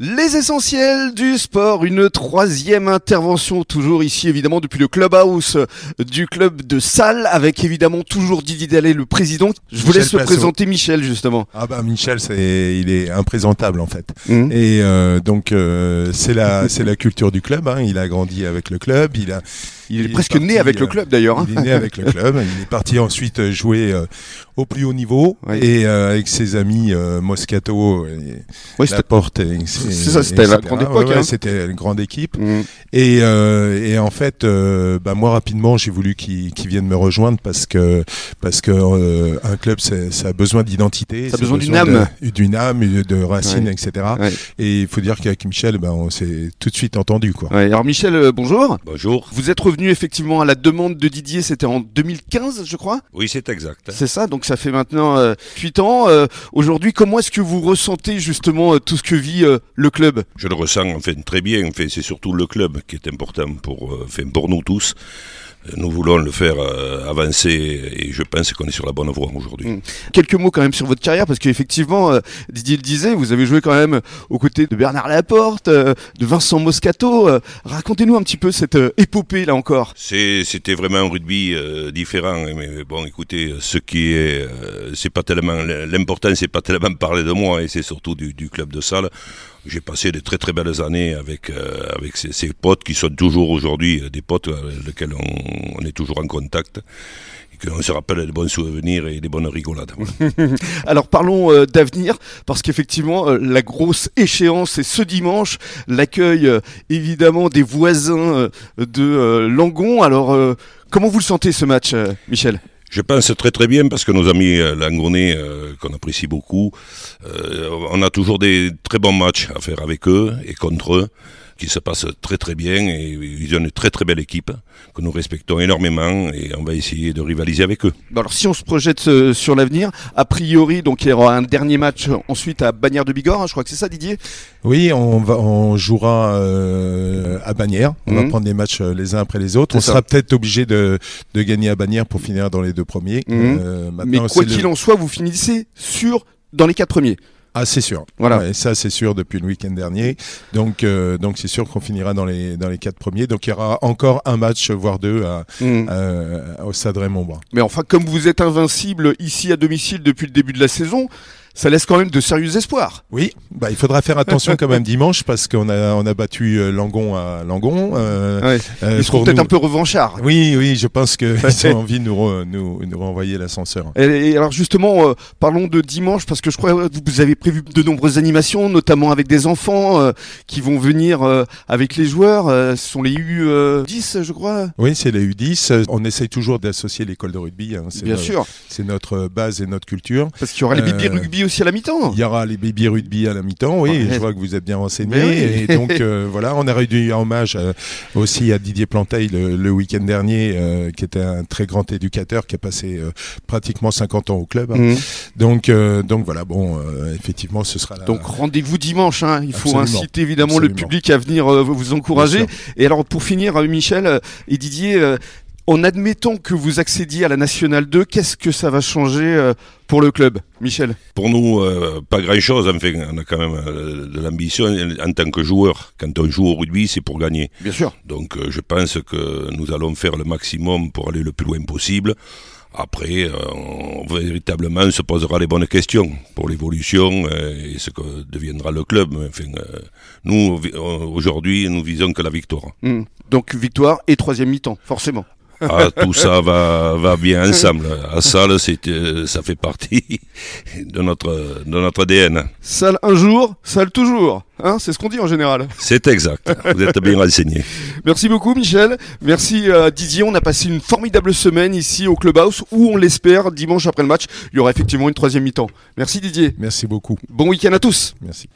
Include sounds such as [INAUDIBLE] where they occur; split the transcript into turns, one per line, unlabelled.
Les essentiels du sport, une troisième intervention toujours ici évidemment depuis le clubhouse euh, du club de salle avec évidemment toujours Didier Dallet le président. Je vous
Michel
laisse le
Passot.
présenter Michel justement.
Ah bah Michel, c'est il est imprésentable en fait.
Mhm.
Et euh, donc euh, c'est la c'est la culture du club. hein. Il a grandi avec le club. Il a
Il est
il est
presque
parti,
né avec le
euh,
club d'ailleurs. hein.
il est né avec le club. Il est parti ensuite jouer euh, au plus haut niveau
Oui.
et euh, avec ses amis euh, Moscato, et
Ouais, c'était-
Laporte. et-
C'est ça, c'était la
etc..
grande
Ouais,
époque,
ouais,
hein.
C'était une grande équipe.
Mm.
Et, euh, et en fait, euh, bah moi rapidement, j'ai voulu qu'il qu'il vienne me rejoindre parce que parce que euh, un club, c'est- ça a besoin d'identité,
Ça a besoin d'une âme.
de- d'une âme, de racines,
Ouais.
etc.
Ouais.
Et il faut dire qu'avec Michel, ben on s'est tout de suite entendu, quoi.
Ouais, alors Michel, euh, bonjour.
Bonjour.
Vous êtes revenu effectivement à la demande de Didier, c'était en 2015 je crois.
Oui, c'est exact.
C'est ça, donc ça fait maintenant euh, 8 ans. Euh, Aujourd'hui, comment est-ce que vous ressentez justement euh, tout ce que vit euh, le club
Je le ressens enfin très bien. Enfin, c'est surtout le club qui est important pour, euh, enfin, pour nous tous. Euh, Nous voulons le faire euh, avancer et je pense qu'on est sur la bonne voie aujourd'hui.
Mm. Quelques mots quand même sur votre carrière, parce qu'effectivement, euh, Didier le disait, vous avez joué quand même aux côtés de Bernard Laporte, euh, de Vincent Moscato. Euh, Racontez-nous un petit peu cette euh, épopée là encore.
C'est- C'était vraiment un rugby euh, différent, mais bon, écoutez, ce qui est, euh, c'est pas tellement l'important, c'est pas tellement parler de moi, et c'est surtout du, du club de salle. J'ai passé de très très belles années avec euh, avec ces, ces potes qui sont toujours aujourd'hui euh, des potes avec lesquels on, on est toujours en contact et qu'on se rappelle des bons souvenirs et des bonnes rigolades. voilà.
Alors parlons euh, d'avenir, parce qu'effectivement, euh, la grosse échéance, c'est ce dimanche, l'accueil euh, évidemment des voisins euh, de euh, Langon. Alors, euh, comment vous le sentez ce match, euh, Michel
Je pense très très bien parce que nos amis euh, Langonais, euh, qu'on apprécie beaucoup, euh, on a toujours des très bons matchs à faire avec eux et contre eux, qui se passent très très bien. Et ils ont une très très belle équipe que nous respectons énormément et on va essayer de rivaliser avec eux.
Bon, Alors si on se projette euh, sur l'avenir, a priori donc il y aura un dernier match euh, ensuite à Bagnères de Bigorre, hein, je crois que c'est ça Didier.
Oui, on va, on jouera euh, à Bagnères. On
Mhm.
va prendre les matchs euh, les uns après les autres.
C'est
On
ça.
sera peut-être obligé de, de gagner à Bagnères pour finir dans les deux premiers.
Mhm.
Euh,
Mais
maintenant,
quoi
c'est le-
qu'il en soit, vous finissez sur dans les quatre premiers.
Ah, c'est sûr.
Voilà.
Ouais, ça, c'est sûr depuis le week-end dernier. Donc, euh, donc c'est sûr qu'on finira dans les, dans les quatre premiers. Donc, il y aura encore un match, voire deux, à, à- au Stade Raymond Brun.
Mmh. Mais enfin, comme vous êtes invincible ici à domicile depuis le début de la saison, ça laisse quand même de sérieux espoirs.
Oui, bah, il faudra faire attention quand même dimanche parce qu'on a, on a battu euh, Langon à Langon. Euh,
Ouais.
euh,
Ah. Ils seront
pour
peut-être
nous-
un peu revanchards.
Oui, oui, je
[LAUGHS]
pense qu'ils ont envie de nous, re- nous, nous renvoyer l'ascenseur.
Et et alors justement, euh, parlons de dimanche parce que je crois que vous avez prévu de nombreuses animations, notamment avec des enfants euh, qui vont venir euh, avec les joueurs. euh, ce sont les U10, je crois.
Oui, c'est les U10. On essaye toujours d'associer l'école de rugby. hein. C'est
Bien
no-
sûr.
C'est notre base et notre culture.
Parce qu'il y aura les bébés
Euh,
rugby aussi à la mi-temps.
Il y aura les baby rugby à la mi-temps, oui,
Ouais.
je vois que vous êtes bien renseigné.
Mais oui.
Et donc euh, [LAUGHS] voilà, on a rendu hommage euh, aussi à Didier Planteil le, le week-end dernier, euh, qui était un très grand éducateur, qui a passé euh, pratiquement 50 ans au club. hein.
Mhm.
Donc, euh, donc voilà, bon, euh, effectivement, ce sera la...
Donc rendez-vous dimanche. hein. Il faut
Absolument.
inciter évidemment le
Absolument.
public à venir euh, vous encourager.
Bien sûr.
Et alors pour finir, euh, Michel euh, et Didier, euh, en admettant que vous accédiez à la Nationale 2, qu'est-ce que ça va changer euh, pour le club, Michel
Pour nous, euh, pas grand-chose. Enfin, on a quand même euh, de l'ambition en tant que joueur. Quand on joue au rugby, c'est pour gagner.
Bien sûr.
Donc euh, je pense que nous allons faire le maximum pour aller le plus loin possible. Après, euh, on véritablement se posera les bonnes questions pour l'évolution euh, et ce que deviendra le club. Mais Enfin, euh, nous, vi- euh, aujourd'hui, nous visons que la victoire.
Hmm. Donc victoire et troisième mi-temps, forcément.
Ah, tout ça va, va bien ensemble. À Salle, c'est, euh, ça fait partie [LAUGHS] de notre, de notre ADN.
Sale un jour, sale toujours. Hein, c'est ce qu'on dit en général.
C'est exact. Vous êtes bien renseigné.
Merci beaucoup Michel, merci euh, Didier, on a passé une formidable semaine ici au Clubhouse où on l'espère dimanche après le match, il y aura effectivement une troisième mi-temps. Merci Didier,
Merci beaucoup.
bon week-end à tous
Merci.